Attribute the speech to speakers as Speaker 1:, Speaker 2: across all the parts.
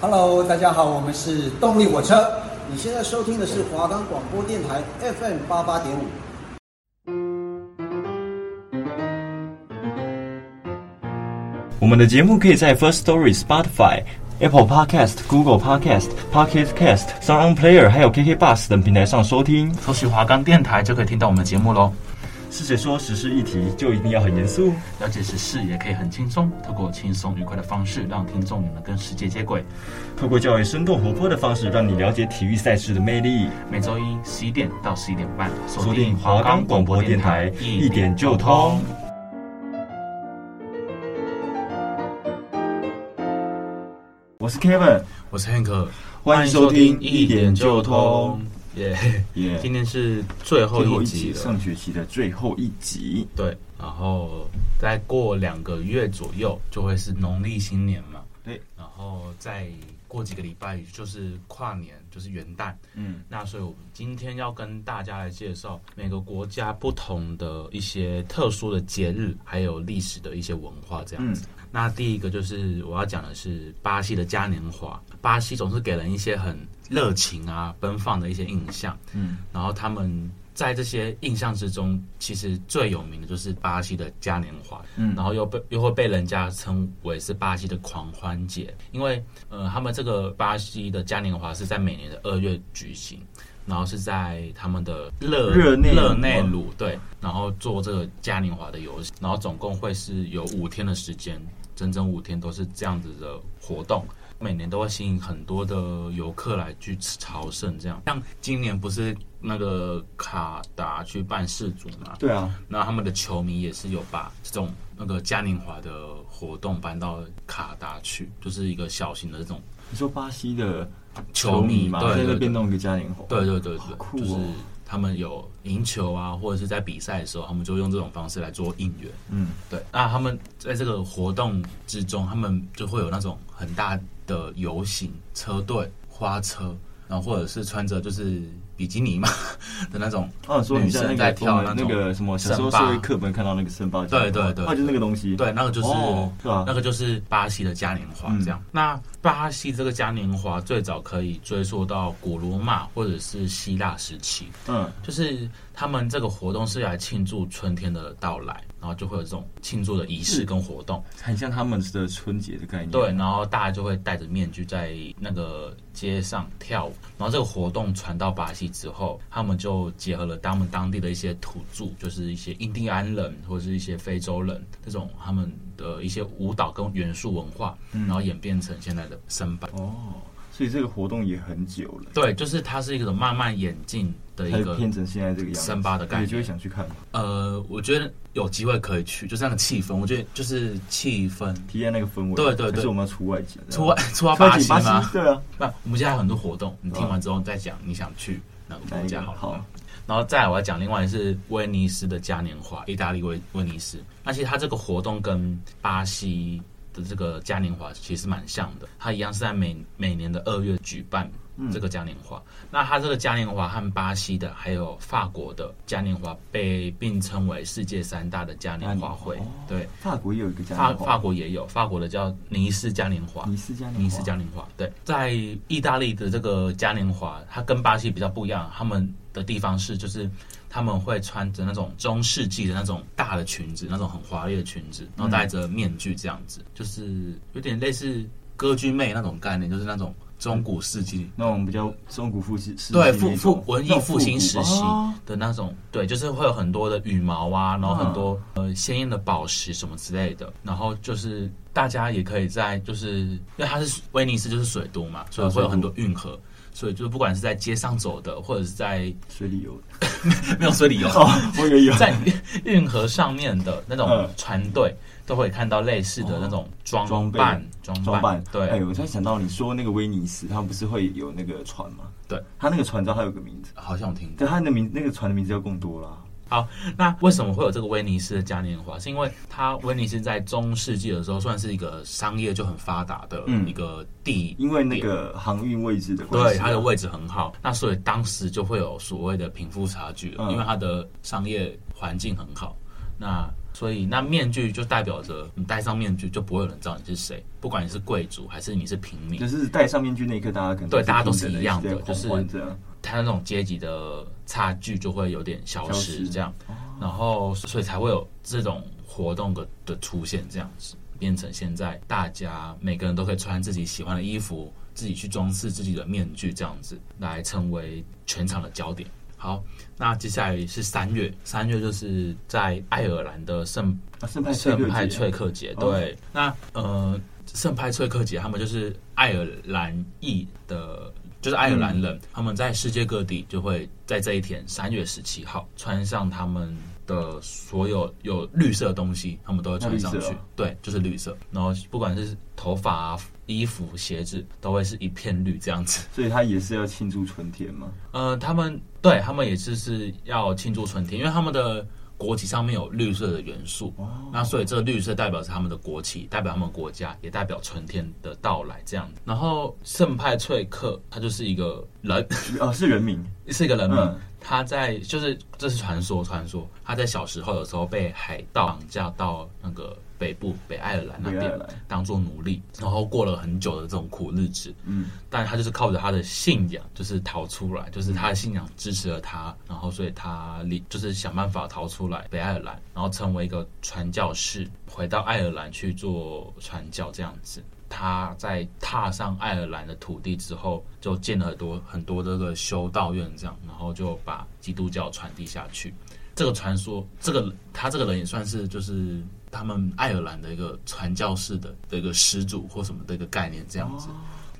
Speaker 1: Hello，大家好，我们是动力火车。
Speaker 2: 你现在收听的是华冈广播电台 FM 八八点五。
Speaker 3: 我们的节目可以在 First Story、Spotify、Apple Podcast、Google Podcast、Pocket Cast、Sound On Player 还有 KK Bus 等平台上收听。
Speaker 4: 搜寻华冈电台就可以听到我们的节目喽。
Speaker 3: 是谁说时事议题就一定要很严肃？
Speaker 4: 了解时事也可以很轻松，透过轻松愉快的方式，让听众们跟世界接轨。
Speaker 3: 透过较为生动活泼的方式，让你了解体育赛事的魅力。
Speaker 4: 每周一十一点到十一点半，
Speaker 3: 锁定华冈广播电台，一点就通。我是 Kevin，
Speaker 4: 我是 Hank，
Speaker 3: 欢迎收听一点就通。
Speaker 4: 耶、
Speaker 3: 耶
Speaker 4: 今天是最后
Speaker 3: 最后
Speaker 4: 一
Speaker 3: 一
Speaker 4: 集
Speaker 3: 集
Speaker 4: 了，
Speaker 3: 上学期的最后一集，
Speaker 4: 对，然后再过两个月左右就会是农历新年嘛，
Speaker 3: 对，
Speaker 4: 然后再过几个礼拜就是跨年，就是元旦。
Speaker 3: 嗯，
Speaker 4: 那所以我们今天要跟大家来介绍每个国家不同的一些特殊的节日，还有历史的一些文化这
Speaker 3: 嗯
Speaker 4: 样子。那第一个就是我要讲的是巴西的嘉年华，巴西总是给人一些很热情啊、奔放的一些印象。
Speaker 3: 嗯，
Speaker 4: 然后他们在这些印象之中，其实最有名的就是巴西的嘉年华，
Speaker 3: 嗯
Speaker 4: 然后又被又会被人家称为是巴西的狂欢节，因为呃，他们这个巴西的嘉年华是在每年的二月举行。然后是在他们的热
Speaker 3: 热内
Speaker 4: 热内
Speaker 3: 卢
Speaker 4: 卢对，然后做这个嘉年华的游戏，然后总共会是有五天的时间，整整五天都是这样子的活动。每年都会吸引很多的游客来去朝圣，这样。像今年不是那个卡达去办世足嘛，
Speaker 3: 对啊，
Speaker 4: 那他们的球迷也是有把这种那个嘉年华的活动搬到卡达去，就是一个小型的这种
Speaker 3: 你说巴西的
Speaker 4: 球迷
Speaker 3: 嘛，
Speaker 4: 对
Speaker 3: 在
Speaker 4: 对
Speaker 3: 那
Speaker 4: 对
Speaker 3: 边弄一个嘉年华，
Speaker 4: 对对对
Speaker 3: 好
Speaker 4: 对，
Speaker 3: 酷哦
Speaker 4: 就是他们有赢球啊，或者是在比赛的时候，他们就用这种方式来做应援。
Speaker 3: 嗯，
Speaker 4: 对，那他们在这个活动之中，他们就会有那种很大的游行车队、花车，然后或者是穿着就是比基尼嘛 的那种。
Speaker 3: 哦，说你像那个
Speaker 4: 女生在跳
Speaker 3: 我们
Speaker 4: 那种
Speaker 3: 个什么小时候
Speaker 4: 圣巴
Speaker 3: 社会课本看到那个圣巴教，
Speaker 4: 对对对
Speaker 3: 啊，就是那个东西，
Speaker 4: 对，那个就是、
Speaker 3: 哦是吧
Speaker 4: 那个就是巴西的嘉年华这样。那巴西这个嘉年华最早可以追溯到古罗马或者是希腊时期，
Speaker 3: 嗯，
Speaker 4: 就是他们这个活动是来庆祝春天的到来，然后就会有这种庆祝的仪式跟活动。
Speaker 3: 很像他们的春节的概念，
Speaker 4: 对，，然后大家就会戴着面具在那个街上跳舞。然后这个活动传到巴西之后，他们就结合了他们当地的一些土著，就是一些印第安人或者是一些非洲人这种他们的一些舞蹈跟元素文化，然后演变成现在的森巴。
Speaker 3: 哦，所以这个活动也很久了，
Speaker 4: 对，就是它是一种慢慢演进的
Speaker 3: 才
Speaker 4: 一个
Speaker 3: 变成现在这个样子，
Speaker 4: 森巴的
Speaker 3: 对
Speaker 4: 概念
Speaker 3: 就会想去看，
Speaker 4: 呃，我觉得有机会可以去，就是那个气氛，我觉得就是气氛。
Speaker 3: 体验那个氛围，
Speaker 4: 对对对
Speaker 3: 还是我们要出外景，
Speaker 4: 出外出到
Speaker 3: 出外
Speaker 4: 巴
Speaker 3: 景
Speaker 4: 西
Speaker 3: 巴
Speaker 4: 吗
Speaker 3: 西，？对啊，
Speaker 4: 那我们现在有很多活动，你听完之后再讲你想去哪个
Speaker 3: 哪
Speaker 4: 国
Speaker 3: 一
Speaker 4: 家
Speaker 3: 个
Speaker 4: 好了。
Speaker 3: 好？
Speaker 4: 然后再来我要讲另外一个是威尼斯的嘉年华，意大利威威尼斯。那其实它这个活动跟巴西的这个嘉年华其实蛮像的，它一样是在每每年的二月举办这个嘉年华。那它这个嘉年华和巴西的还有法国的嘉年华被并称为世界三大的嘉年华会
Speaker 3: 嘉年华哦，
Speaker 4: 对。
Speaker 3: 法国也有一个嘉
Speaker 4: 法
Speaker 3: 年
Speaker 4: 法
Speaker 3: 华，
Speaker 4: 国也有，法国的叫尼斯嘉年华，
Speaker 3: 尼斯嘉年华，
Speaker 4: 尼斯嘉年华，对，在意大利的这个嘉年华，它跟巴西比较不一样，他们的地方是就是他们会穿着那种中世纪的那种大的裙子，那种很华丽的裙子，然后戴着面具这样子，就是有点类似歌剧魅那种概念，就是那种中古世纪。
Speaker 3: 那我们比较中古复兴，世纪
Speaker 4: 对
Speaker 3: 那
Speaker 4: 复
Speaker 3: 种
Speaker 4: 复文艺
Speaker 3: 那种
Speaker 4: 复兴
Speaker 3: 古
Speaker 4: 时期
Speaker 3: 哦
Speaker 4: 的那种，对，就是会有很多的羽毛啊，然后很多、
Speaker 3: 嗯
Speaker 4: 呃鲜艳的宝石什么之类的，然后就是大家也可以在就是因为它是威尼斯就是水都
Speaker 3: 啊
Speaker 4: 嘛，所以会有很多运河。所以就是不管是在街上走的，或者是在
Speaker 3: 水里游，
Speaker 4: 没有水里游，
Speaker 3: 哦，我以为有，
Speaker 4: 在运河上面的那种
Speaker 3: 嗯
Speaker 4: 船队，都会看到类似的那种装
Speaker 3: 装备
Speaker 4: 扮、装
Speaker 3: 装扮。
Speaker 4: 对，
Speaker 3: 哎，我突然想到，你说那个威尼斯，它不是会有那个船吗？
Speaker 4: 对，
Speaker 3: 它那个船，你知道它有个名字，
Speaker 4: 好像有听过。
Speaker 3: 对，它的名那个船的名字叫贡多拉。
Speaker 4: 好， 那为什么会有这个威尼斯的嘉年华？是因为它威尼斯在中世纪的时候算是一个商业就很发达的
Speaker 3: 嗯
Speaker 4: 一个地，
Speaker 3: 因为那个航运位置的关
Speaker 4: 对
Speaker 3: 系啊，
Speaker 4: 它的位置很好，那所以当时就会有所谓的贫富差距了，
Speaker 3: 嗯
Speaker 4: 因为它的商业环境很好，那所以那面具就代表着你戴上面具就不会有人知道你是谁，不管你是贵族还是你是平民
Speaker 3: 就，是戴上面具那一刻，大家可能
Speaker 4: 对大家都
Speaker 3: 平
Speaker 4: 是
Speaker 3: 等的
Speaker 4: 一样的
Speaker 3: 对
Speaker 4: 就是
Speaker 3: 狂欢这样。
Speaker 4: 它那种阶级的差距就会有点消
Speaker 3: 消失哦
Speaker 4: 失，这样，然后所以才会有这种活动的的出现，这样子变成现在大家每个人都可以穿自己喜欢的衣服，自己去装饰自己的面具，这样子来成为全场的焦点。好，那接下来是三月，三月就是在爱尔兰的圣
Speaker 3: 啊圣派翠克节
Speaker 4: 圣派翠克节，
Speaker 3: 哦
Speaker 4: 对，那呃，圣派翠克节他们就是爱尔兰裔的，就是爱尔兰
Speaker 3: 嗯
Speaker 4: 人，他们在世界各地就会在这一天三月十七号穿上他们的所有有绿色的东西，他们都会穿上
Speaker 3: 那绿色
Speaker 4: 去
Speaker 3: 哦，
Speaker 4: 对，就是绿色，然后不管是头发啊、衣服、鞋子，都会是一片绿这样子。
Speaker 3: 所以他也是要庆祝春天嘛。
Speaker 4: 呃，他们对他们也就是要庆祝春天，因为他们的国旗上面有绿色的元素，
Speaker 3: 哦
Speaker 4: 那所以这个绿色代表是他们的国旗，代表他们国家，也代表春天的到来这样。然后圣派翠克他就是一个人，
Speaker 3: 哦，是人民
Speaker 4: 是一个人名，
Speaker 3: 嗯
Speaker 4: 他在就是这是传说，传说他在小时候有时候被海盗绑架到那个北部北爱尔兰那
Speaker 3: 北爱尔
Speaker 4: 边
Speaker 3: 兰
Speaker 4: 当做奴隶，然后过了很久的这种苦日子，
Speaker 3: 嗯，
Speaker 4: 但他就是靠着他的信仰就是逃出来，就是他的信仰支持了他，然后所以他离就是想办法逃出来北爱尔兰，然后成为一个传教士，回到爱尔兰去做传教这样子。他在踏上爱尔兰的土地之后，就建了很多很多这个修道院，这样，然后就把基督教传递下去。这个传说，这个他这个人也算是就是他们爱尔兰的一个传教士的的一个始祖或什么的一个概念这样子。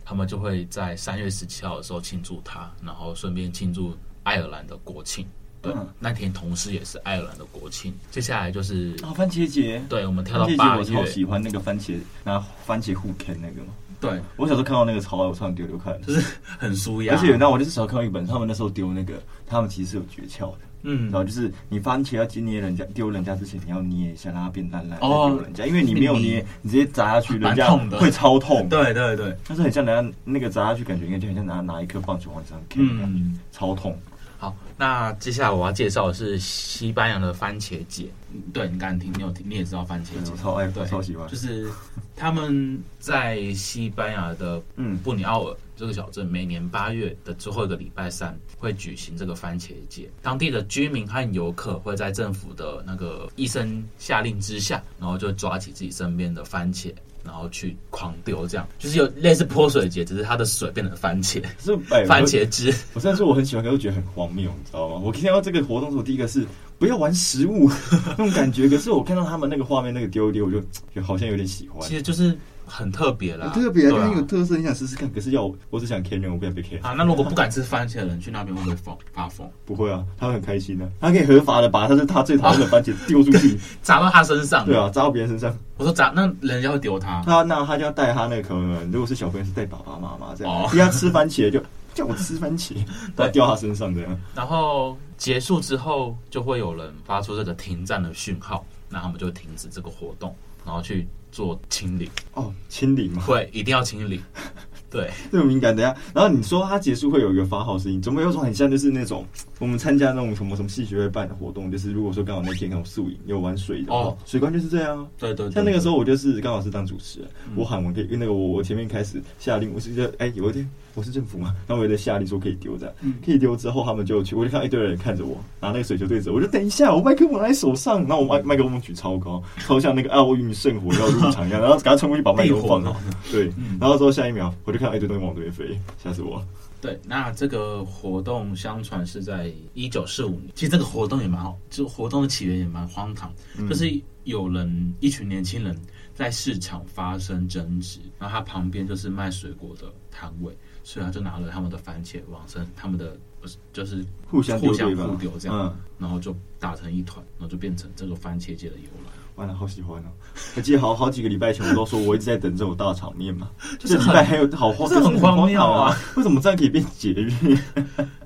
Speaker 4: 他们就会在三月十七号的时候庆祝他，然后顺便庆祝爱尔兰的国庆。对，
Speaker 3: 嗯
Speaker 4: 那天同时也是爱尔兰的国庆。接下来就是，
Speaker 3: 啊，番茄节。
Speaker 4: 对我们跳
Speaker 3: 番
Speaker 4: 到
Speaker 3: 茄节
Speaker 4: 八
Speaker 3: 我超
Speaker 4: 月，
Speaker 3: 喜欢那个番茄拿番茄互 K 那个嘛。
Speaker 4: 对，
Speaker 3: 我小时候看到那个超爱，我超想丢丢看。
Speaker 4: 就是啊很舒压。
Speaker 3: 而且，那我就是小时候看到一本，他们那时候丢那个，他们其实是有诀窍的。
Speaker 4: 嗯
Speaker 3: 然，后就是你番茄要去捏人家丢人家之前，你要捏一下，让它变烂烂，再
Speaker 4: 哦
Speaker 3: 丢人家。因为你没有捏，你直接砸下去，人
Speaker 4: 蛮
Speaker 3: 家
Speaker 4: 痛的
Speaker 3: 会超痛。，
Speaker 4: 对对对，
Speaker 3: 但是很像人家那个砸下去，感觉应该就很像拿拿一颗棒球往你身上 K 的感觉，
Speaker 4: 嗯
Speaker 3: 超痛。
Speaker 4: 好，那接下来我要介绍的是西班牙的番茄节。嗯对你刚刚听，你有听，你也知道番茄节
Speaker 3: 对，我超爱
Speaker 4: 对，
Speaker 3: 我超喜欢
Speaker 4: 就是他们在西班牙的
Speaker 3: 嗯
Speaker 4: 布里奥尔这个小镇，每年八月的最后一个礼拜三会举行这个番茄节。当地的居民和游客会在政府的那个医生下令之下，然后就抓起自己身边的番茄。然后去狂丢，这样就是有类似泼水节，只是它的水变成番茄，
Speaker 3: 是哎
Speaker 4: 番茄汁。
Speaker 3: 我虽然说我很喜欢，可是我觉得很荒谬，你知道吗？我听到这个活动的时候，我第一个是不要玩食物 那种感觉，可是我看到他们那个画面那个丢一丢，我就就好像有点喜欢。
Speaker 4: 其实就是很特别啦，
Speaker 3: 很特别啊，
Speaker 4: 对
Speaker 3: 就
Speaker 4: 啊
Speaker 3: 很有特色，你想试试看。可是要我，我只想 K 人，我不想被 K。
Speaker 4: 啊。那如果不敢吃番茄的人去那边会不会疯发疯？
Speaker 3: 不会啊，他会很开心的、他可以合法的把他是他最讨厌的番茄丢出 去，
Speaker 4: 砸到他身上，
Speaker 3: 对啊，砸到别人身上。
Speaker 4: 我说砸，那人家会丢他。
Speaker 3: 他那他就要带他那个可能，如果是小朋友是带爸爸妈妈这样
Speaker 4: 哦，
Speaker 3: 逼他吃番茄就叫我吃番 茄，他掉他身上这样。
Speaker 4: 然后结束之后，就会有人发出这个停战的讯号，那他们就停止这个活动，然后去做清理。
Speaker 3: 哦，清理嘛，
Speaker 4: 会，一定要清理。对，
Speaker 3: 这么敏感。等一下，然后你说他结束会有一个发号声音，怎么有种很像就是那种我们参加那种什么什么戏学会办的活动，就是如果说刚好那天刚好宿营有玩水的话，
Speaker 4: 哦
Speaker 3: 水官就是这样啊。
Speaker 4: 对对对嗯
Speaker 3: 像那个时候，我就是刚好是当主持人，我喊完可以，因为那个我我前面开始下令，我是觉得哎、有一天我是政府嘛，然后我就在下令说可以丢这样，
Speaker 4: 嗯
Speaker 3: 可以丢之后他们就去，我就看到一堆人看着我拿那个水球对着我，我就等一下，我麦克风拿在手上，然后我麦
Speaker 4: 嗯
Speaker 3: 麦克风举超高，超像那个奥运圣火要入场一样，然后赶快冲过去把麦克风放好，对，
Speaker 4: 嗯
Speaker 3: 然后之后下一秒我就看到一堆东西往这边飞，吓死我了。
Speaker 4: 对，那这个活动相传是在一九四五年。其实这个活动也蛮好，就活动的起源也蛮荒唐，
Speaker 3: 嗯
Speaker 4: 就是有人一群年轻人在市场发生争执，然后他旁边就是卖水果的摊位，所以他就拿了他们的番茄往身，他们的不是就是
Speaker 3: 互相丢
Speaker 4: 互相
Speaker 3: 对方
Speaker 4: 互丢这样，
Speaker 3: 嗯
Speaker 4: 然后就打成一团，然后就变成这个番茄界的由来，
Speaker 3: 完了，好喜欢哦！ 我记得好好几个礼拜前，我都说我一直在等这种大场面嘛。
Speaker 4: 就是
Speaker 3: 这礼
Speaker 4: 很
Speaker 3: 拜还有好荒，
Speaker 4: 就是很
Speaker 3: 真的
Speaker 4: 荒谬啊
Speaker 3: 唐啊！为什么这样可以变节日？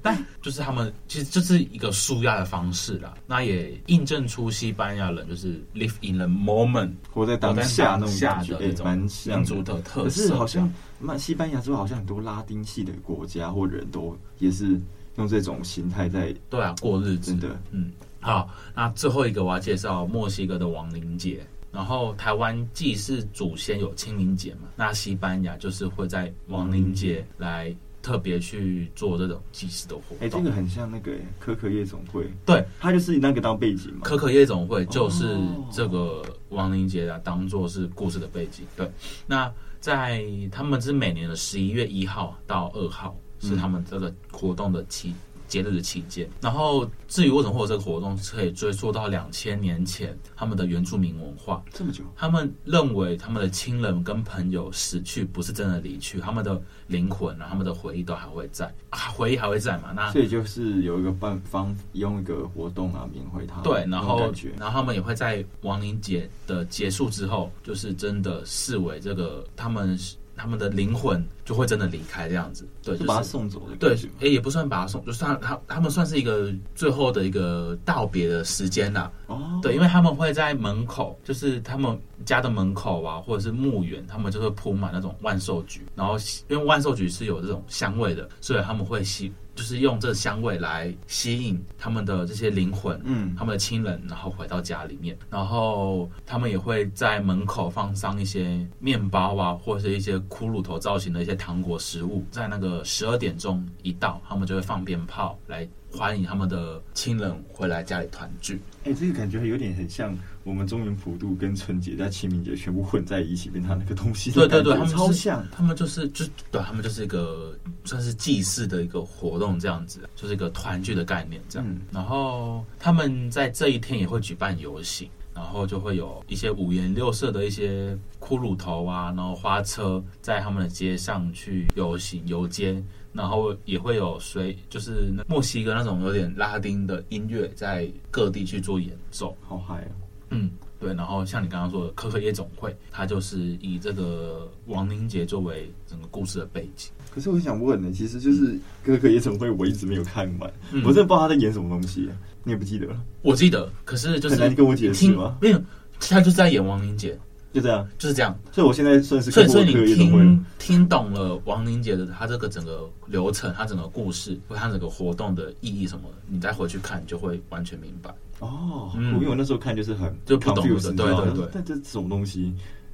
Speaker 4: 但就是他们其实就是一个舒压的方式啦，那也印证出西班牙人就是 live in the moment。
Speaker 3: 活在当
Speaker 4: 当
Speaker 3: 下
Speaker 4: 下
Speaker 3: 那种感觉，
Speaker 4: 的
Speaker 3: 哎
Speaker 4: 那种
Speaker 3: 蛮像
Speaker 4: 民族的特色
Speaker 3: 可是好像那西班牙之外，好像很多拉丁系的国家或人都也是用这种形态在
Speaker 4: 对啊，过日子
Speaker 3: 真的
Speaker 4: 嗯，好，那最后一个我要介绍墨西哥的亡灵节。然后台湾既是祖先有清明节嘛，那西班牙就是会在亡灵节来特别去做这种祭祀的活动。
Speaker 3: 嗯哎、这个很像那个诶可可夜总会，
Speaker 4: 对，
Speaker 3: 它就是以那个当背景嘛。
Speaker 4: 可可夜总会就是这个亡灵节啊，当做是故事的背景。对，那在他们是每年的十一月一号到二号是他们这个活动的期节日的期间。然后至于为什么会有这个活动，是可以追溯到两千年前他们的原住民文化。
Speaker 3: 这么久，
Speaker 4: 他们认为他们的亲人跟朋友死去不是真的离去，他们的灵魂啊，他们的回忆都还会在，啊、回忆还会在嘛？那
Speaker 3: 所以就是有一个办方用一个活动啊，缅怀他。
Speaker 4: 对，然后
Speaker 3: 感觉
Speaker 4: 然后他们也会在亡灵节的结束之后，就是真的视为这个他们他们的灵魂就会真的离开这样子，对，
Speaker 3: 就把他
Speaker 4: 是
Speaker 3: 送走的
Speaker 4: 对
Speaker 3: 感觉嘛。，
Speaker 4: 也也不算把他送，就是他他他们算是一个最后的一个道别的时间啦、
Speaker 3: 哦，
Speaker 4: 对，因为他们会在门口，就是他们家的门口啊，或者是墓园，他们就会铺满那种万寿菊，然后因为万寿菊是有这种香味的，所以他们会吸，就是用这香味来吸引他们的这些灵魂，
Speaker 3: 嗯
Speaker 4: 他们的亲人，然后回到家里面，然后他们也会在门口放上一些面包啊，或者是一些骷髅头造型的一些糖果食物，在那个十二点钟一到，他们就会放鞭炮来欢迎他们的亲人回来家里团聚。
Speaker 3: 哎、这个感觉有点很像我们中原普渡跟春节在清明节全部混在一起，变成那个东西的
Speaker 4: 对
Speaker 3: 感
Speaker 4: 对
Speaker 3: 觉。
Speaker 4: 对，他们
Speaker 3: 超
Speaker 4: 就是
Speaker 3: 像。
Speaker 4: 他们就是就对他们就是一个算是祭祀的一个活动这样子，就是一个团聚的概念这样。
Speaker 3: 嗯
Speaker 4: 然后他们在这一天也会举办游行，然后就会有一些五颜六色的一些骷髅头啊，然后花车在他们的街上去游行游街。然后也会有随就是那墨西哥那种有点拉丁的音乐在各地去做演奏，
Speaker 3: 好嗨哦！
Speaker 4: 嗯，对。然后像你刚刚说的可可夜总会，它就是以这个亡灵节作为整个故事的背景。
Speaker 3: 可是我很想问呢、其实就是《可可夜总会》，我一直没有看完，
Speaker 4: 嗯
Speaker 3: 我真的不知道他在演什么东西、啊你也不记得了，
Speaker 4: 我记得，可是就是
Speaker 3: 很难跟我解释
Speaker 4: 听
Speaker 3: 吗
Speaker 4: 没有，他就是在演亡灵节，
Speaker 3: 就这样。
Speaker 4: 就是这样。
Speaker 3: 所以我现在算是
Speaker 4: 所
Speaker 3: 看
Speaker 4: 以，
Speaker 3: 过《
Speaker 4: 所以
Speaker 3: 可可
Speaker 4: 你
Speaker 3: 夜总会》了
Speaker 4: 听。听懂了亡灵节的它这个整个流程，它整个故事，或它整个活动的意义什么的，你再回去看，你就会完全明白。
Speaker 3: 哦，
Speaker 4: 嗯
Speaker 3: 因为我那时候看就是很
Speaker 4: 就不懂
Speaker 3: confused，
Speaker 4: 的
Speaker 3: 你知道吗
Speaker 4: 对对对
Speaker 3: 但这是什么东西？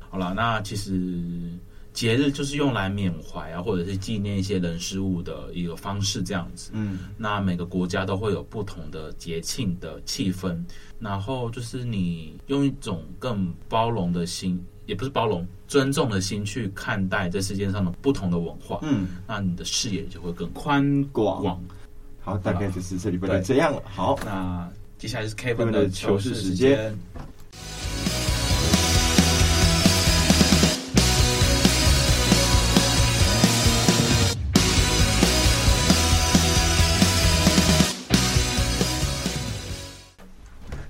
Speaker 4: 好了，那其实节日就是用来缅怀啊，或者是纪念一些人事物的一个方式，这样子。
Speaker 3: 嗯，
Speaker 4: 那每个国家都会有不同的节庆的气氛，然后就是你用一种更包容的心，也不是包容，尊重的心去看待这世界上的不同的文化，
Speaker 3: 嗯，
Speaker 4: 那你的视野就会更宽
Speaker 3: 广
Speaker 4: 广。
Speaker 3: 好，大概就是这礼拜
Speaker 4: 对
Speaker 3: 就这样了。好，
Speaker 4: 那接下来是 Kevin
Speaker 3: Kevin
Speaker 4: 的
Speaker 3: 的
Speaker 4: 糗
Speaker 3: 糗事
Speaker 4: 事时
Speaker 3: 时
Speaker 4: 间
Speaker 3: 间。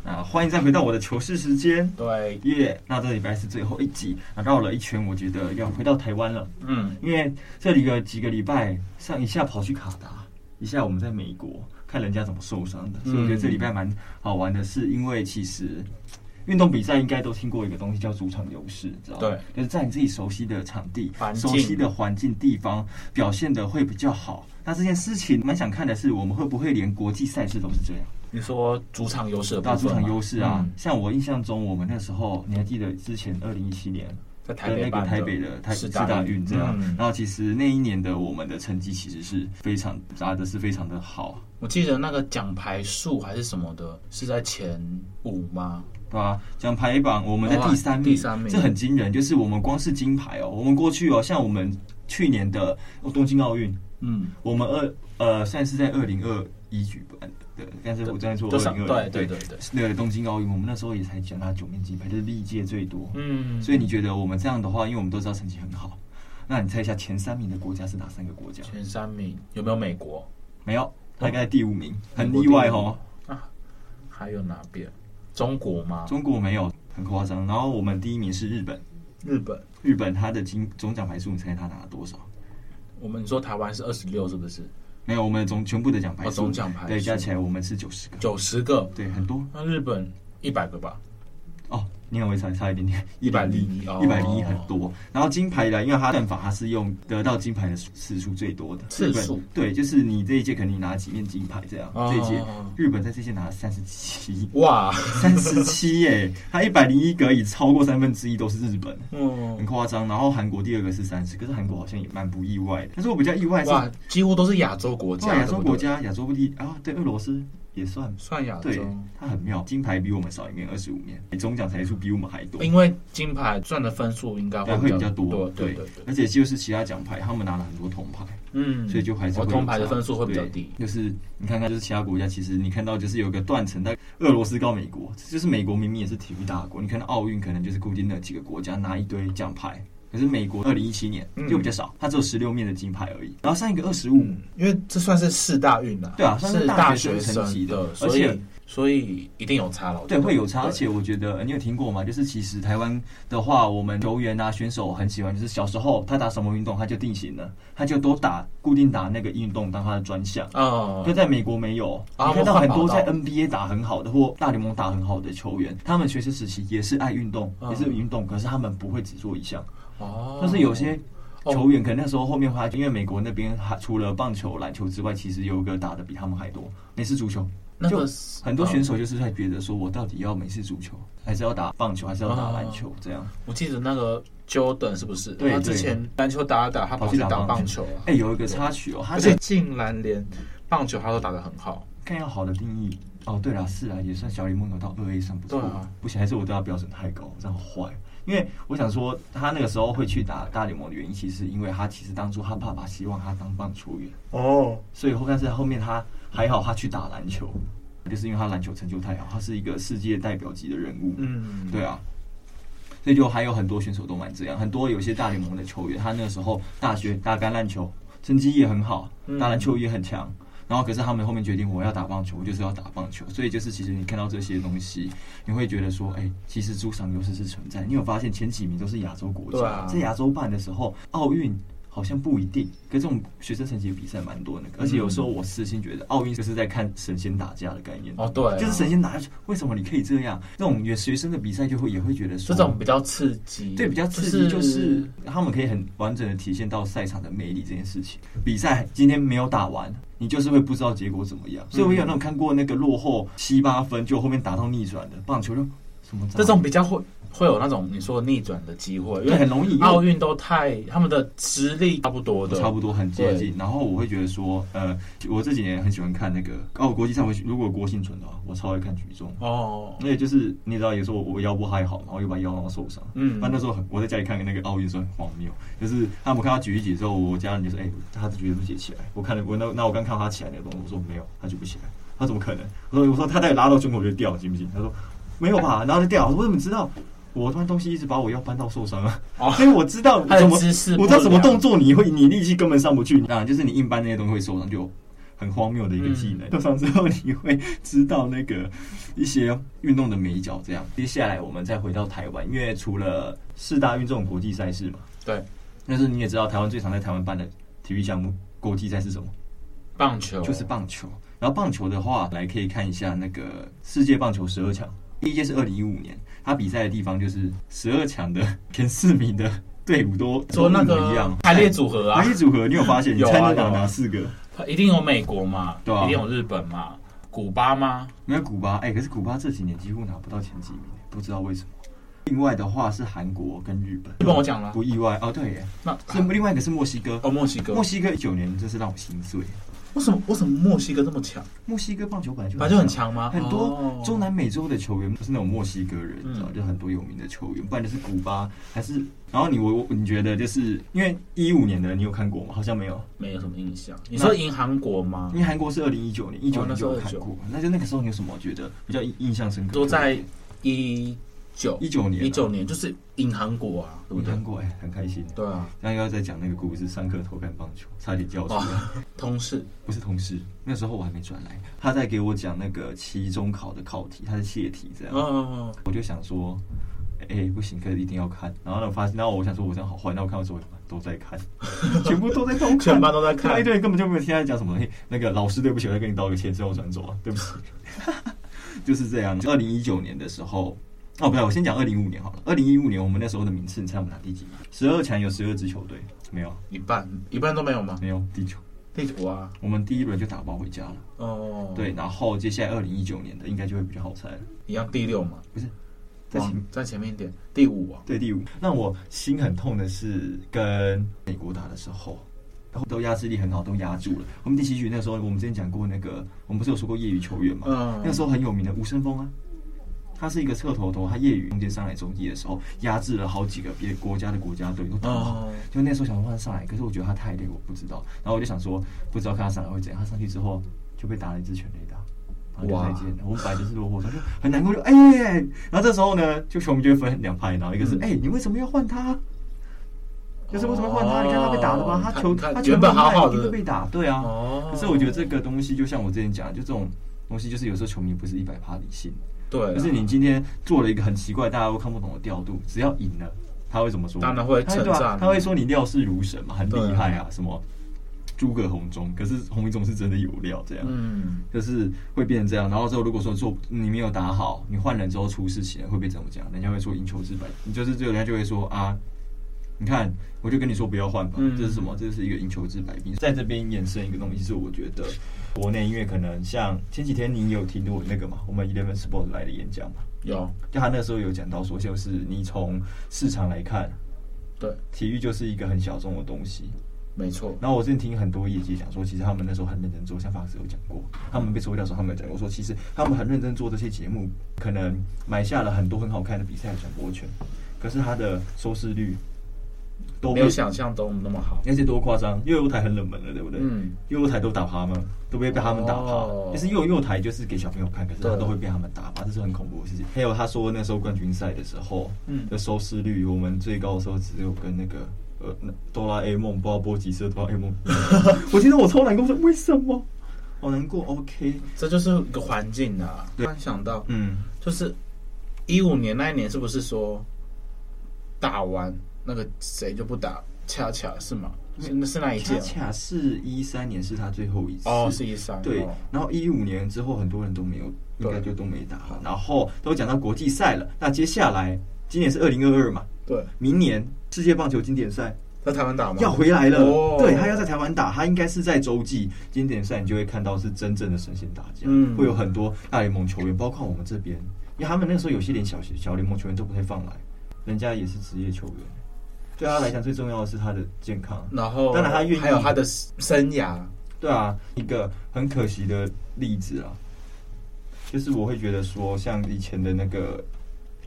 Speaker 3: 那欢迎再回到我的糗事时间。
Speaker 4: 对，
Speaker 3: 耶、那这礼拜是最后一集，那绕了一圈，我觉得要回到台湾了，
Speaker 4: 嗯，
Speaker 3: 因为这里个几个礼拜上一下跑去卡达，一下我们在美国看人家怎么受伤
Speaker 4: 嗯
Speaker 3: 的，所以我觉得这礼拜蛮好玩的，是因为其实。运动比赛应该都听过一个东西叫主场优势，知道吗？
Speaker 4: 对，
Speaker 3: 就是在你自己熟悉的场地
Speaker 4: 环、境
Speaker 3: 熟悉的环境、地方表现的会比较好。那这件事情蛮想看的是，我们会不会连国际赛事都是这样？
Speaker 4: 你说主场优势的部
Speaker 3: 大
Speaker 4: 分
Speaker 3: 主场
Speaker 4: 嘛
Speaker 3: 优势啊，
Speaker 4: 嗯
Speaker 3: 像我印象中，我们那时候你还记得之前二零一七年
Speaker 4: 在台
Speaker 3: 的
Speaker 4: 北
Speaker 3: 那
Speaker 4: 办
Speaker 3: 个
Speaker 4: 的
Speaker 3: 台北的台
Speaker 4: 世
Speaker 3: 世
Speaker 4: 大
Speaker 3: 大
Speaker 4: 运
Speaker 3: 运这样
Speaker 4: 嗯，
Speaker 3: 然后其实那一年的我们的成绩其实是非常打的是非常的好，
Speaker 4: 我记得那个奖牌数还是什么的，是在前五吗？
Speaker 3: 对吧、奖牌榜我们在第三名，
Speaker 4: 哇第三名
Speaker 3: 这很惊人，就是我们光是金牌哦，我们过去哦，像我们去年的东京奥运，
Speaker 4: 嗯，
Speaker 3: 我们二呃算是在二零二一举办的，但是我在做
Speaker 4: 都
Speaker 3: 二
Speaker 4: 上
Speaker 3: 零
Speaker 4: 对
Speaker 3: 二
Speaker 4: 对对对，
Speaker 3: 那个东京奥运，我们那时候也才奖拿九面金牌，就是历届最多，
Speaker 4: 嗯，
Speaker 3: 所以你觉得我们这样的话，因为我们都知道成绩很好，那你猜一下前三名的国家是哪三个国家？
Speaker 4: 前哦三名有没有美国？
Speaker 3: 没有，他应该在第五名，很
Speaker 4: 国
Speaker 3: 意外哦。
Speaker 4: 啊还有哪边？中国吗？
Speaker 3: 中国没有，很夸张。然后我们第一名是日本，
Speaker 4: 日本？
Speaker 3: 日本它的金总奖牌数，你猜他拿了多少？
Speaker 4: 我们你说台湾是二十六，是不是？
Speaker 3: 没有，我们总全部的奖牌
Speaker 4: 哦
Speaker 3: 数，
Speaker 4: 总奖牌
Speaker 3: 对，
Speaker 4: 数
Speaker 3: 加起来我们是九十个，
Speaker 4: 九十个，
Speaker 3: 对，很多
Speaker 4: 那日本一百个吧？
Speaker 3: 哦。你很会猜，差一点点，一百
Speaker 4: 101
Speaker 3: 零一
Speaker 4: 哦，
Speaker 3: 一百零一很多。然后金牌以来，因为他战法他是用得到金牌的次数最多的，
Speaker 4: 次数
Speaker 3: 日本对，就是你这一届可能你拿几面金牌这样，
Speaker 4: 哦
Speaker 3: 这一届日本在这一届拿了三十七。
Speaker 4: 哇，
Speaker 3: 三十七耶，他一百零一个以超过三分之一都是日本，
Speaker 4: 嗯
Speaker 3: 很，夸张。然后韩国第二个是三十，可是韩国好像也蛮不意外的。但是我比较意外是，
Speaker 4: 哇，几乎都是哦亚洲
Speaker 3: 哇
Speaker 4: 国家，
Speaker 3: 亚洲国
Speaker 4: 对
Speaker 3: 家、亚洲地啊，对，俄罗斯也算
Speaker 4: 不对算亚
Speaker 3: 对
Speaker 4: 洲。，
Speaker 3: 他很妙，金牌比我们少一面，二十五面，总奖台数比我们还多，
Speaker 4: 因为金牌赚的分数应该
Speaker 3: 对会比较
Speaker 4: 多
Speaker 3: 啊多，，
Speaker 4: 对对对，
Speaker 3: 而且就是其他奖牌，他们拿了很多铜牌，
Speaker 4: 嗯，
Speaker 3: 所以就还是
Speaker 4: 我
Speaker 3: 会有
Speaker 4: 铜牌的
Speaker 3: 差
Speaker 4: 分数会比较低。
Speaker 3: 对就是你看看，就是其他国家，其实你看到就是有个断层，但俄罗斯高美国，就是美国明明也是体育大国，你看到奥运可能就是固定那几个国家拿一堆奖牌。可是美国二零一七年
Speaker 4: 嗯
Speaker 3: 就比较少，它只有十六面的金牌而已。然后上一个二十五，
Speaker 4: 因为这算是四大运啦，
Speaker 3: 对啊算是
Speaker 4: 是
Speaker 3: 大
Speaker 4: 学
Speaker 3: 学生
Speaker 4: 生
Speaker 3: 级的而
Speaker 4: 所
Speaker 3: 且
Speaker 4: 以所以一定有差了，我觉
Speaker 3: 对，
Speaker 4: 得
Speaker 3: 会有差。
Speaker 4: 对
Speaker 3: 而且我觉得、呃你有听过吗？就是其实台湾的话，我们球员啊、选手很喜欢，就是小时候他打什么运动，他就定型了，他就都打固定打那个运动当他的专项。
Speaker 4: 哦
Speaker 3: 就，在美国没有，
Speaker 4: 啊
Speaker 3: 你看到
Speaker 4: 我换
Speaker 3: 很多
Speaker 4: 跑道
Speaker 3: 在 NBA 打很好的或大联盟打很好的球员，他们学生时期也是爱运动，
Speaker 4: 嗯
Speaker 3: 也是运动，可是他们不会只做一项，
Speaker 4: 哦，
Speaker 3: 就是有些。
Speaker 4: 哦
Speaker 3: 球员可能那时候后面发，因为美国那边还除了棒球、篮球之外，其实有一个打的比他们还多，美式足球。
Speaker 4: 那
Speaker 3: 就
Speaker 4: 个
Speaker 3: 很多选
Speaker 4: 手，
Speaker 3: 手就是在觉得说，我到底要美式足球，还是要打棒球，还是要打篮球这样？
Speaker 4: 我记得那个 Jordan 是不是？
Speaker 3: 对
Speaker 4: 他
Speaker 3: 对
Speaker 4: 之前篮球打打打，哦他
Speaker 3: 跑
Speaker 4: 跑
Speaker 3: 去
Speaker 4: 去
Speaker 3: 打
Speaker 4: 打
Speaker 3: 棒
Speaker 4: 棒
Speaker 3: 球
Speaker 4: 球啊，
Speaker 3: 哎，有一个插曲哦，他
Speaker 4: 而且
Speaker 3: 的
Speaker 4: 竟然连棒球他都打得很好，
Speaker 3: 看要好的定义哦，对了，是啊，也算小联盟有到二 A 算不错，
Speaker 4: 对啊
Speaker 3: 不行，还是我对他标准太高，这样好坏。因为我想说，他那个时候会去打大联盟的原因，其实是因为他其实当初他爸爸希望他当棒球员，
Speaker 4: 哦，
Speaker 3: 所以后但是后面他还好，他去打篮球，就是因为他篮球成就太好，他是一个世界代表级的人物，
Speaker 4: 嗯，
Speaker 3: 对啊，所以就还有很多选手都蛮这样，很多有些大联盟的球员，他那个时候大学打橄榄球，成绩也很好，
Speaker 4: 嗯
Speaker 3: 打篮球也很强。然后，可是他们后面决定我要打棒球，我就是要打棒球。所以就是，其实你看到这些东西，你会觉得说，哎，其实主场优势是存在。你有发现前几名都是亚洲国
Speaker 4: 对
Speaker 3: 家，
Speaker 4: 啊
Speaker 3: 在亚洲办的时候，奥运好像不一定。可这种学生成绩比赛蛮多那个，而且有时候我私心觉得，奥运就是在看神仙打架的概念。
Speaker 4: 哦对啊
Speaker 3: 就是神仙打架，为什么你可以这样？那种学学生的比赛就会也会觉得
Speaker 4: 这
Speaker 3: 说，
Speaker 4: 种比较刺激，
Speaker 3: 对比较刺激，就是他们可以很完整的体现到赛场的魅力这件事情。比赛今天没有打完，你就是会不知道结果怎么
Speaker 4: 嗯
Speaker 3: 样。所以我有那种看过那个落后七八分，就后面打到逆转的棒球就什么
Speaker 4: 这种比较会会有那种你说逆转的机会，因
Speaker 3: 对
Speaker 4: 为
Speaker 3: 很容易因为
Speaker 4: 奥运都太他们的实力差不多的，
Speaker 3: 差不多很接
Speaker 4: 对
Speaker 3: 近。然后我会觉得说，呃，我这几年很喜欢看那个哦，国际上我如果郭幸存的话，我超爱看举重。
Speaker 4: 哦，
Speaker 3: 那也就是你也知道，有时候我我腰不太好嘛，我又把腰弄到受伤。
Speaker 4: 嗯
Speaker 3: 那那时候很我在家里看那个奥运的时候很荒谬，就是他们看他举一举之后，我家人就说：“哎、他举不举起来？”我看了我那那我刚看到他起来那个动作，我说没有，他举不起来。他说怎么可能？我说我说他再拉到胸口就掉，行不行？他说没有吧，然后就掉。我说我怎么知道？我搬东西一直把我腰搬到受伤啊，
Speaker 4: 哦
Speaker 3: 所以我知道
Speaker 4: 他的
Speaker 3: 怎么
Speaker 4: 姿势不
Speaker 3: 我知道什么
Speaker 4: 良
Speaker 3: 动作你会你力气根本上不去，当然就是你硬搬那些东西会受伤，就很荒谬的一个技
Speaker 4: 嗯
Speaker 3: 能。受伤之后你会知道那个一些运动的美角，这样。接下来我们再回到台湾，因为除了四大运这种国际赛事嘛，
Speaker 4: 对，
Speaker 3: 但是你也知道台湾最常在台湾办的体育项目国际赛是什么？
Speaker 4: 棒球
Speaker 3: 就是棒球。然后棒球的话，来可以看一下那个世界棒球十二强，第一届是二零一五年，他比赛的地方就是十二强的前四名的队伍都
Speaker 4: 说哦那
Speaker 3: 都一模一
Speaker 4: 个
Speaker 3: 样哎
Speaker 4: 排列组合啊
Speaker 3: 排，列组合，你有发现？你
Speaker 4: 有啊
Speaker 3: 猜那哪
Speaker 4: 有啊
Speaker 3: 哪四个？
Speaker 4: 一定有美国嘛，
Speaker 3: 对啊
Speaker 4: 一定有日本嘛，古巴吗？
Speaker 3: 没有古巴，哎、可是古巴这几年几乎拿不到前几名，不知道为什么。另外的话是韩国跟日本，
Speaker 4: 日本我讲了
Speaker 3: 不意外哦，对耶，
Speaker 4: 那
Speaker 3: 是另外一个是墨西哥，
Speaker 4: 哦，墨西哥，
Speaker 3: 墨西哥一九年真是让我心碎。
Speaker 4: 为什么为什么墨西哥这么强？
Speaker 3: 墨西哥棒球本来就
Speaker 4: 本来就很强吗
Speaker 3: 很多
Speaker 4: 嗯哦
Speaker 3: 中南美洲的球员不是那种墨西哥人，
Speaker 4: 嗯
Speaker 3: 你知道，就很多有名的球员，不然就是古巴，还是然后你我我你觉得就是因为一五年的你有看过吗？好像没有，
Speaker 4: 没有什么印象。你说银行国吗
Speaker 3: 因？为韩国是二零一九年，一九
Speaker 4: 哦那
Speaker 3: 年
Speaker 4: 是
Speaker 3: 就有看过，那就那个时候你有什么觉得比较印印象深刻？
Speaker 4: 都在一九
Speaker 3: 19年啊
Speaker 4: 一九年，就是银行国啊，对
Speaker 3: 我
Speaker 4: 不对
Speaker 3: 看？过哎、很开心。
Speaker 4: 对啊，
Speaker 3: 那又要再讲那个故事，上课偷看棒球，差点叫出来。
Speaker 4: 哦，同事
Speaker 3: 不是同事，那时候我还没转来，他在给我讲那个期中考的考题，他是泄题这样。
Speaker 4: 哦，
Speaker 3: 我就想说，哎、不行，可是一定要看。然后呢，我发现，然后我想说，我这样好坏。那我看到之后，都在 看，全部都在偷看，
Speaker 4: 全班都在看
Speaker 3: 对啊一堆人根本就没有听他讲什么。嘿，那个老师，对不起，我再 跟你道个歉，之后转走啊，对不起。就是这样。二零一九年的时候，哦，不对，我先讲二零一五年好了。二零一五年我们那时候的名次，你猜我们打第几名？十二强有十二支球队，没有，啊
Speaker 5: 一半一半都没有吗？
Speaker 3: 没有第九。
Speaker 5: 地图啊，
Speaker 3: 我们第一轮就打包回家了。
Speaker 5: 哦，
Speaker 3: 对，，然后接下来二零一九年的应该就会比较好猜了，
Speaker 5: 一样第六嘛，
Speaker 3: 不是？在前
Speaker 5: 往在前面一点，第五啊，
Speaker 3: 对第五，让我心很痛的是跟美国打的时候，然后都压制力很好，都压住了。我们第七局那时候，我们之前讲过那个，我们不是有说过业余球员嘛？
Speaker 5: 嗯
Speaker 3: 那时候很有名的吴森峰啊，他是一个侧头头，他业余中间上来中继的时候，压制了好几个别国家的国家队都打不好。
Speaker 5: 哦
Speaker 3: 就那时候想让他上来，可是我觉得他太累，我不知道。然后我就想说，不知道看他上来会怎样。他上去之后就被打了一支全垒打。然后就再见了，我们本来就是落后，他就很难过，就哎、然后这时候呢，就球迷就会分两派，然后一个
Speaker 5: 嗯
Speaker 3: 是哎、你为什么要换他？就是为什么要换他？你看他被打的吧，
Speaker 5: 哦
Speaker 3: 他球
Speaker 5: 看
Speaker 3: 他
Speaker 5: 看
Speaker 3: 球
Speaker 5: 原本好好的
Speaker 3: 一定会被打，对啊。
Speaker 5: 哦
Speaker 3: 可是我觉得这个东西，就像我之前讲的，就这种东西，就是有时候球迷不是一百趴理性，
Speaker 5: 对啊，
Speaker 3: 就是你今天做了一个很奇怪、大家都看不懂的调度，只要赢了，他会怎么说？
Speaker 5: 当然会
Speaker 3: 他对
Speaker 5: 称赞
Speaker 3: 啊，他会说你料事如神嘛，很厉害
Speaker 5: 对
Speaker 3: 啊，什么诸葛红中，可是红一中是真的有料这样。
Speaker 5: 嗯，
Speaker 3: 就是会变成这样，然后之后如果说做你没有打好，你换人之后出事情了会被怎么讲？人家会说赢球治百，你就是这个人家就会说啊，你看我就跟你说不要换吧，
Speaker 5: 嗯
Speaker 3: 这是什么？这是一个赢球治百病。在这边延伸一个东西是，我觉得国内因为可能像前几天你有听我那个嘛，我们 Eleven Sport 来的演讲嘛，
Speaker 5: 有
Speaker 3: 就他那时候有讲到说，就是你从市场来看，
Speaker 5: 对，
Speaker 3: 体育就是一个很小众的东西，
Speaker 5: 没错，
Speaker 3: 然后我之前听很多业界讲说，其实他们那时候很认真做，像法师有讲过，他们被收掉的时候，他们有讲过说，其实他们很认真做这些节目，可能买下了很多很好看的比赛的转播权，可是它的收视率都
Speaker 5: 没
Speaker 3: 被
Speaker 5: 有，想象中那么好，
Speaker 3: 而且多夸张，幼幼台很冷门了，对不对？
Speaker 5: 嗯，
Speaker 3: 幼幼台都打趴嘛，都被被他们打趴，
Speaker 5: 哦
Speaker 3: 就是幼幼台就是给小朋友看，可是他
Speaker 5: 对
Speaker 3: 都会被他们打趴，这是很恐怖的事情。还有他说那时候冠军赛的时候，
Speaker 5: 嗯
Speaker 3: 的收视率，我们最高的时候只有跟那个呃那哆啦 A 梦不知道播几次的哆啦 A 梦，我记得我超难过，说为什么？好难过，OK，
Speaker 5: 这就是一个环境啊。突
Speaker 3: 对
Speaker 5: 然想到，
Speaker 3: 嗯，
Speaker 5: 就是一五年那一年，是不是说打完那个谁就不打恰恰是吗？是那是那一
Speaker 4: 啊
Speaker 5: 届
Speaker 3: 恰
Speaker 5: 吗
Speaker 3: 恰是一三年是他最后一次
Speaker 5: 哦，是一三
Speaker 3: 对
Speaker 5: 哦，
Speaker 3: 然后一五年之后很多人都没有，应
Speaker 5: 对
Speaker 3: 该就都没打，然后都讲到国际赛了，那接下来今年是二零二二嘛，
Speaker 5: 对，
Speaker 3: 明年世界棒球经典赛
Speaker 5: 在台湾打吗？
Speaker 3: 要回来了，
Speaker 5: 哦
Speaker 3: 对他要在台湾打，他应该是在洲际经典赛，你就会看到是真正的神仙打架，
Speaker 5: 嗯
Speaker 3: 会有很多大联盟球员，包括我们这边，因为他们那个时候有些连小小联盟球员都不会放来，人家也是职业球员，对他来讲最重要的是他的健康，
Speaker 5: 然后
Speaker 3: 当然他愿意
Speaker 5: 还有他的生涯，
Speaker 3: 对啊，一个很可惜的例子啊，就是我会觉得说，像以前的那个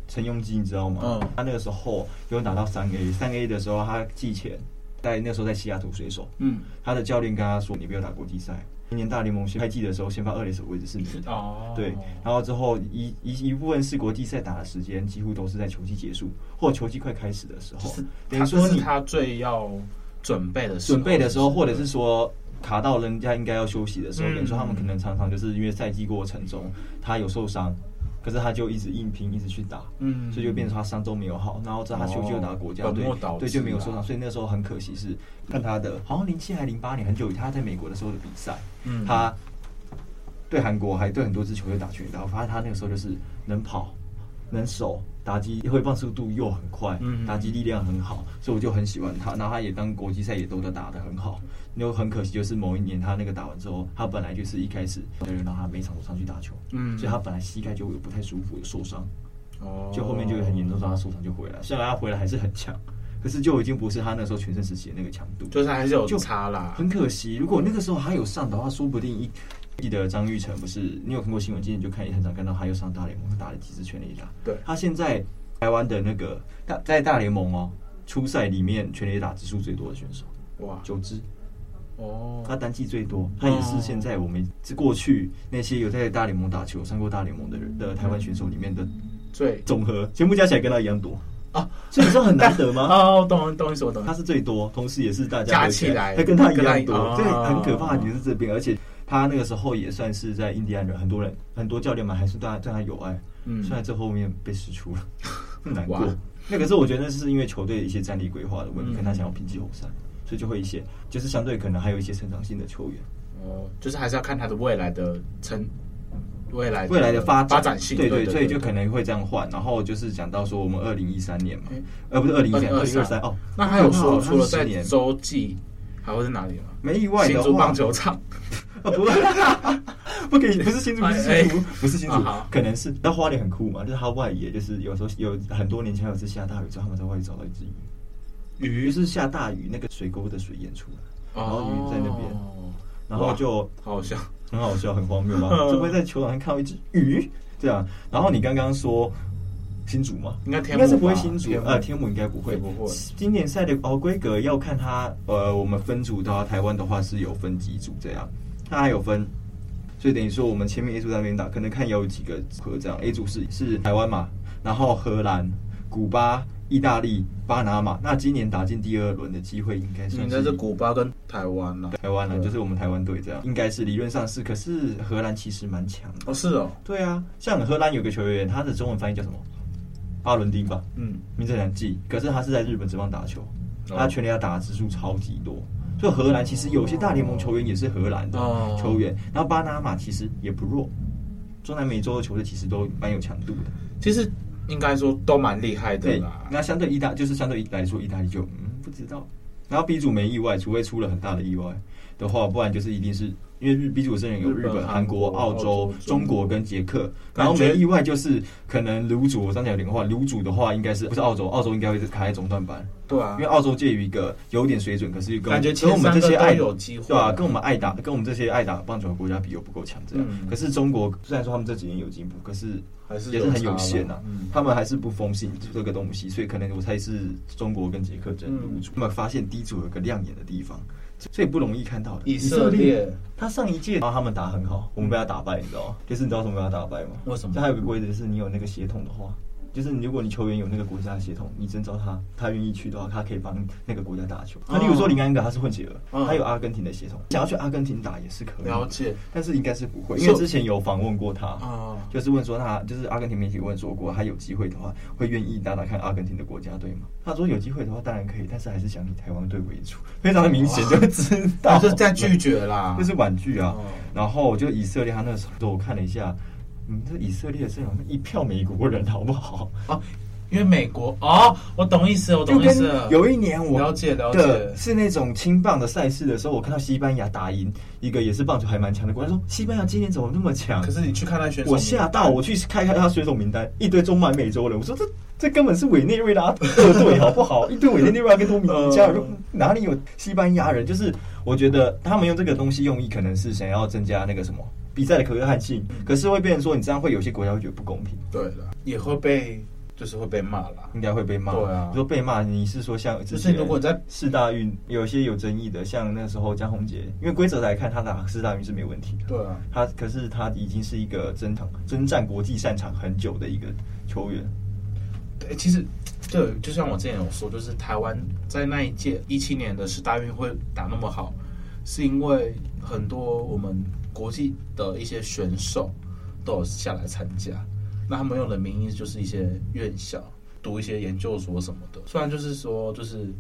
Speaker 3: 陈庸基，你知道吗？
Speaker 5: 嗯
Speaker 3: 他那个时候有拿到三 A，三 A 的时候他季前在那时候在西雅图水手，
Speaker 5: 嗯，
Speaker 3: 他的教练跟他说：“你不要打国际赛，今年大联盟开季的时候，先发二垒手位置是你的。”
Speaker 5: 哦
Speaker 3: 对，然后之后一一一部分是国际赛打的时间，几乎都是在球季结束或球季快开始的时候，等于
Speaker 5: 他
Speaker 3: 说
Speaker 5: 这是
Speaker 3: 你
Speaker 5: 他最要准备的时候
Speaker 3: 准备的时候，
Speaker 5: 是
Speaker 3: 或者是说卡到人家应该要休息的时候，
Speaker 5: 嗯
Speaker 3: 等于说他们可能常常就是因为赛季过程中他有受伤，可是他就一直硬拼，一直去打，
Speaker 5: 嗯
Speaker 3: 所以就变成他伤都没有好，然后之后他休息又打国家
Speaker 5: 哦
Speaker 3: 队
Speaker 5: 本末倒置，啊
Speaker 3: 对，就没有受伤，所以那时候很可惜是看他的，好像零七还零八年很久以他在美国的时候的比赛，
Speaker 5: 嗯
Speaker 3: 他对韩国还对很多支球队打拳，然后发现他那个时候就是能跑。能守，打击挥棒速度又很快，
Speaker 5: 嗯
Speaker 3: 打击力量很好，所以我就很喜欢他。然后他也当国际赛也都打得很好。然后很可惜，就是某一年他那个打完之后，他本来就是一开始有人让他每场都上去打球，
Speaker 5: 嗯
Speaker 3: 所以他本来膝盖就有不太舒服，有受伤，
Speaker 5: 哦
Speaker 3: 就后面就很严重，让他受伤就回来。虽然他回来还是很强，可是就已经不是他那时候全盛时期的那个强度。
Speaker 5: 就是还是有
Speaker 3: 就
Speaker 5: 差啦，
Speaker 3: 很可惜，如果那个时候他有上的话，说不定一记得张玉成不是？你有看过新闻？今天就看也很常看到他又上大联盟，打了几支全垒打。
Speaker 5: 对
Speaker 3: 他现在台湾的那个大在大联盟哦，初赛里面全垒打支数最多的选手，
Speaker 5: 哇
Speaker 3: 九支，
Speaker 5: 哦，
Speaker 3: 他单季最多，他也是现在我们是过去那些有在大联盟打球、上过大联盟的人的台湾选手里面的
Speaker 5: 最
Speaker 3: 总和，全部加起来跟他一样多
Speaker 5: 啊，
Speaker 3: 所以你知道很难得吗？
Speaker 5: 哦，懂懂你说懂
Speaker 3: 啊他
Speaker 5: 你，
Speaker 3: 是最多，同时也是大家
Speaker 5: 加
Speaker 3: 合
Speaker 5: 起来
Speaker 3: 他跟他一
Speaker 5: 跟
Speaker 3: 样
Speaker 5: 他
Speaker 3: 多，
Speaker 5: 一
Speaker 3: 所以
Speaker 5: 哦
Speaker 3: 很可怕的点是这边，而且他那个时候也算是在印第安人，很多人很多教练们还是对他对他有爱，
Speaker 5: 嗯
Speaker 3: 虽然这后面被释出了， 很难过
Speaker 5: 哇。
Speaker 3: 那可是我觉得那是因为球队的一些战力规划的问题，
Speaker 5: 嗯
Speaker 3: 跟他想要拼季后赛，所以就会一些就是相对可能还有一些成长性的球员。
Speaker 5: 哦，就是还是要看他的未来的成
Speaker 4: 未来
Speaker 3: 未来的发展
Speaker 4: 哎发展性，
Speaker 3: 对
Speaker 4: 对，
Speaker 3: 所以就可能会这样换。然后就是讲到说，我们二零一三年嘛
Speaker 4: 嗯，
Speaker 3: 呃，不是二零一三，二零二三
Speaker 4: 2023
Speaker 3: 哦。
Speaker 4: 哎那还有
Speaker 3: 很
Speaker 4: 说
Speaker 3: 好
Speaker 4: 除了
Speaker 3: 它是
Speaker 4: 在
Speaker 3: 十年
Speaker 4: 洲际，还会在哪里吗？
Speaker 3: 没意外
Speaker 4: 新
Speaker 3: 的
Speaker 4: 竹
Speaker 3: 话
Speaker 4: 棒，球场，
Speaker 3: 呃不是不可以，不是新竹，不是
Speaker 4: 哎
Speaker 3: 新竹，不是新
Speaker 4: 啊
Speaker 3: 竹
Speaker 4: 好，
Speaker 3: 可能是。但花莲很酷嘛，就是它外野，就是有时候有很多年前有一次下大雨之后，他们在外野找到一只鱼，
Speaker 4: 鱼
Speaker 3: 于是下大雨，那个水沟的水淹出来，然后鱼在那边，
Speaker 4: 哦
Speaker 3: 然后就
Speaker 4: 好好笑。
Speaker 3: 很好笑，很荒谬 嘛，
Speaker 4: 嗯
Speaker 3: 怎么会在球场上看到一只鱼？对啊，然后你刚刚说新竹嘛，
Speaker 4: 应该天
Speaker 3: 应该是
Speaker 4: 母
Speaker 3: 不会
Speaker 4: 吧
Speaker 3: 新竹
Speaker 4: 天，母
Speaker 3: 呃，天母应该不会，
Speaker 4: 不会
Speaker 3: 今年赛的哦规格要看它，呃，我们分组的话，台湾的话是有分几组这样，它还有分。所以等于说，我们前面 A 组在那边打，可能看有几个组合这样。A 组是是台湾嘛，然后荷兰、古巴、意大利、巴拿马。那今年打进第二轮的机会应该算
Speaker 4: 应
Speaker 3: 是
Speaker 4: 该是古巴跟台湾啦。
Speaker 3: 台湾呢，
Speaker 4: 对
Speaker 3: 就是我们台湾队这样，应该是理论上是，可是荷兰其实蛮强的。
Speaker 4: 哦，是哦，
Speaker 3: 对啊，像荷兰有个球员，他的中文翻译叫什么？阿伦丁吧，
Speaker 4: 嗯，
Speaker 3: 名字很难记。可是他是在日本职棒打球，
Speaker 4: 哦
Speaker 3: 他全垒打打的支数超级多。所以荷兰其实有些大联盟球员也是荷兰的
Speaker 4: 哦
Speaker 3: 球员，然后巴拿马其实也不弱，中南美洲的球队其实都蛮有强度的。
Speaker 4: 其实应该说都蛮厉害的
Speaker 3: 对
Speaker 4: 啦，。
Speaker 3: 那相对意大就是相对来说，意大利就嗯不知道。然后 B 组没意外，除非出了很大的意外的话，不然就是一定是因为日 B 组阵容有
Speaker 4: 日
Speaker 3: 日
Speaker 4: 本
Speaker 3: 本、
Speaker 4: 韩
Speaker 3: 韩国、
Speaker 4: 国
Speaker 3: 澳
Speaker 4: 澳
Speaker 3: 洲
Speaker 4: 洲、
Speaker 3: 中国跟捷克。
Speaker 4: 感
Speaker 3: 然后
Speaker 4: 觉
Speaker 3: 没意外就是可能卢组，我刚才有点话，卢组的话应该是不是澳洲？澳洲应该会是卡在中段班，
Speaker 4: 对啊
Speaker 3: 因为，澳洲介于一个有点水准，可是跟
Speaker 4: 感觉
Speaker 3: 跟我们
Speaker 4: 前
Speaker 3: 这
Speaker 4: 三
Speaker 3: 些
Speaker 4: 个
Speaker 3: 爱
Speaker 4: 都有机会
Speaker 3: 对啊，跟我们爱打跟我们这些爱打棒球的国家比又不够强，这样。
Speaker 4: 嗯
Speaker 3: 可是中国虽然说他们这几年有进步，可是
Speaker 4: 还是
Speaker 3: 也是很有限
Speaker 4: 呐
Speaker 3: 啊。。他们还是不封信这个东西，所以可能我猜是中国跟捷克争入
Speaker 4: 嗯
Speaker 3: 主。那么发现低组有个亮眼的地方，最不容易看到的
Speaker 4: 以色列，
Speaker 3: 他上一届然后他们打很好，我们被他打败，你知道吗？就是你知道为什么被他打败吗？
Speaker 4: 嗯为什么
Speaker 3: 这还有一个规则是，你有那个血统的话，就是你如果你球员有那个国家的血统，你征召他，他愿意去的话，他可以帮那个国家打球。那、例如说林安格他是混血儿，
Speaker 4: 哦嗯
Speaker 3: 他有阿根廷的血统，想要去阿根廷打也是可以的。
Speaker 4: 了解
Speaker 3: 但是应该是不会，因
Speaker 4: 所
Speaker 3: 为
Speaker 4: 以
Speaker 3: 之前有访问过他，
Speaker 4: 哦
Speaker 3: 就是问说他就是阿根廷媒体问说过，他有机会的话会愿意打打看阿根廷的国家队吗？他说有机会的话当然可以，但是还是想以台湾队为主，非常的明显就知道
Speaker 4: 就是在拒绝啦
Speaker 3: 就。是婉拒啊
Speaker 4: 哦。
Speaker 3: 然后就以色列，他那时候我看了一下，嗯，这以色列阵容一票美国人好不好？
Speaker 4: 哦，因为美国哦，我懂意思，我懂意思了。
Speaker 3: 有一年我
Speaker 4: 了解了
Speaker 3: 的
Speaker 4: 解，
Speaker 3: 是那种青棒的赛事的时候，我看到西班牙打赢一个也是棒球还蛮强的国家，说西班牙今年怎么那么强？
Speaker 4: 可是你去看那选手，
Speaker 3: 我吓到，我去看一下他选手名单，一堆中南美洲人，我说这这根本是委内瑞拉二队好不好？一堆委内瑞拉跟多米尼加人，
Speaker 4: 嗯
Speaker 3: 我说哪里有西班牙人？就是我觉得他们用这个东西用意，可能是想要增加那个什么比赛的可看性，可是会变成说你这样会有些国家会觉得不公平，
Speaker 4: 对了，也会被就是会被骂啦。
Speaker 3: 应该会被骂。
Speaker 4: 对啊
Speaker 3: 你说被骂，你是说像之前
Speaker 4: 就是如果在
Speaker 3: 四大运有些有争议的，像那时候江宏杰，因为规则来看，他打四大运是没有问题的。
Speaker 4: 对啊，
Speaker 3: 他可是他已经是一个征场征战国际战场很久的一个球员，
Speaker 4: 对，其实对，就像我之前有说，就是台湾在那一届一七年的十大运会打那么好，是因为很多我们国际的一些选手都有下来参加，那他们用的名义就是一些院校读一些研究所什么的，虽然就是说就是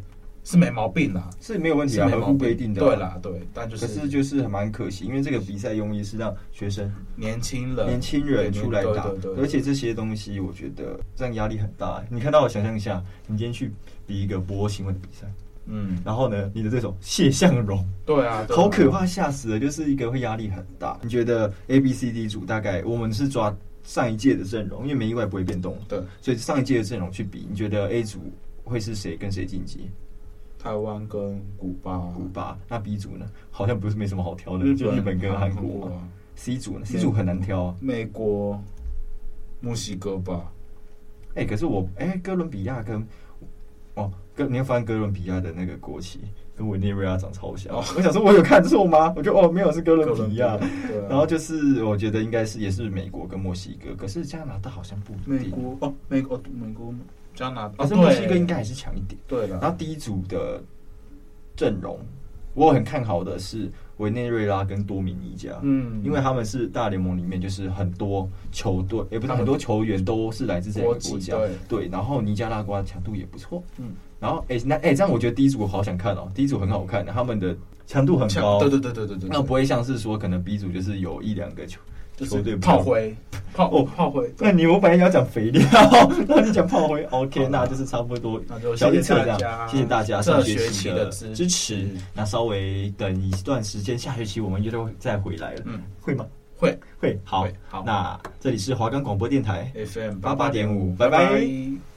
Speaker 4: 是没毛病啦，
Speaker 3: 是没有问题
Speaker 4: 是
Speaker 3: 啊，
Speaker 4: 没
Speaker 3: 合
Speaker 4: 毛
Speaker 3: 乎
Speaker 4: 病
Speaker 3: 规定的、
Speaker 4: 对。啦，对，但就
Speaker 3: 可是就是很蛮可惜，因为这个比赛用意是让学生、
Speaker 4: 年轻人
Speaker 3: 年轻人
Speaker 4: 对
Speaker 3: 出来打
Speaker 4: 对对，对
Speaker 3: 而且这些东西我觉得这样压力很大欸、你看到我想象一下，你今天去比一个博新闻的比赛，
Speaker 4: 嗯，
Speaker 3: 然后呢，你的对手谢向荣，
Speaker 4: 对啊，对啊
Speaker 3: 好可怕，吓死了！就是一个会压力很大。你觉得 A、B、C、D 组大概我们是抓上一届的阵容，因为没意外不会变动，
Speaker 4: 对，
Speaker 3: 所以上一届的阵容去比，你觉得 A 组会是谁跟谁晋级？
Speaker 4: 台湾跟古巴、
Speaker 3: 古巴，那 B 组呢？好像不是没什么好挑的，
Speaker 4: 日
Speaker 3: 就
Speaker 4: 本
Speaker 3: 日本跟韩
Speaker 4: 嗯啊韩
Speaker 3: 国
Speaker 4: 国
Speaker 3: 嘛
Speaker 4: 啊。
Speaker 3: C 组呢？C 组很难挑啊。
Speaker 4: 美国、墨西哥吧。
Speaker 3: 哎、可是我哎、哥伦比亚跟哦，哥，你要发现哥伦比亚的那个国旗跟委内瑞拉长超像。
Speaker 4: 哦
Speaker 3: 我想说，我有看错吗？我就哦，没有，是哥伦比亚。
Speaker 4: 哥伦比亚对啊
Speaker 3: 然后就是我觉得应该是也是美国跟墨西哥，可是加拿大好像不一
Speaker 4: 美
Speaker 3: 定。
Speaker 4: 国哦，美国、美国、加拿
Speaker 3: 可
Speaker 4: 大，哦
Speaker 3: 是
Speaker 4: 对，
Speaker 3: 墨西哥应该还是强一点。
Speaker 4: 对
Speaker 3: 然
Speaker 4: 了，
Speaker 3: 后第一组的阵容，我很看好的是委内瑞拉跟多米尼加，
Speaker 4: 嗯
Speaker 3: 因为他们是大联盟里面就是很多球队，也、不是
Speaker 4: 他们
Speaker 3: 很多球员都是来自这两个国家，
Speaker 4: 嗯国籍
Speaker 3: 对然后尼加拉瓜强度也不错，
Speaker 4: 嗯，
Speaker 3: 然后哎、那哎、这样我觉得第一组我好想看哦，第一组很好看，他们的强度很
Speaker 4: 强
Speaker 3: 高，
Speaker 4: 对对对对对对，
Speaker 3: 那不会像是说可能 B 组就是有一两个球
Speaker 4: 就
Speaker 3: 球队
Speaker 4: 是
Speaker 3: 不
Speaker 4: 炮
Speaker 3: 要
Speaker 4: 灰，炮
Speaker 3: 哦
Speaker 4: 哦炮灰，
Speaker 3: 那你我本来要讲肥料， 那你讲炮 灰，OK，那就是差不多
Speaker 4: 那就
Speaker 3: 小
Speaker 4: 谢
Speaker 3: 预
Speaker 4: 谢
Speaker 3: 测
Speaker 4: 大
Speaker 3: 这
Speaker 4: 家
Speaker 3: 样，谢谢大家
Speaker 4: 这
Speaker 3: 上
Speaker 4: 学
Speaker 3: 学
Speaker 4: 期
Speaker 3: 期
Speaker 4: 的
Speaker 3: 的
Speaker 4: 支
Speaker 3: 支持
Speaker 4: 持。
Speaker 3: 那稍微等一段时间，下学期我们又会再回来了，
Speaker 4: 嗯，
Speaker 3: 会吗？
Speaker 4: 会
Speaker 3: 会，好
Speaker 4: 会，好
Speaker 3: 那这里是华冈广播电台，
Speaker 4: FM 八
Speaker 3: 88.5
Speaker 4: 拜
Speaker 3: 拜
Speaker 4: 拜
Speaker 3: 拜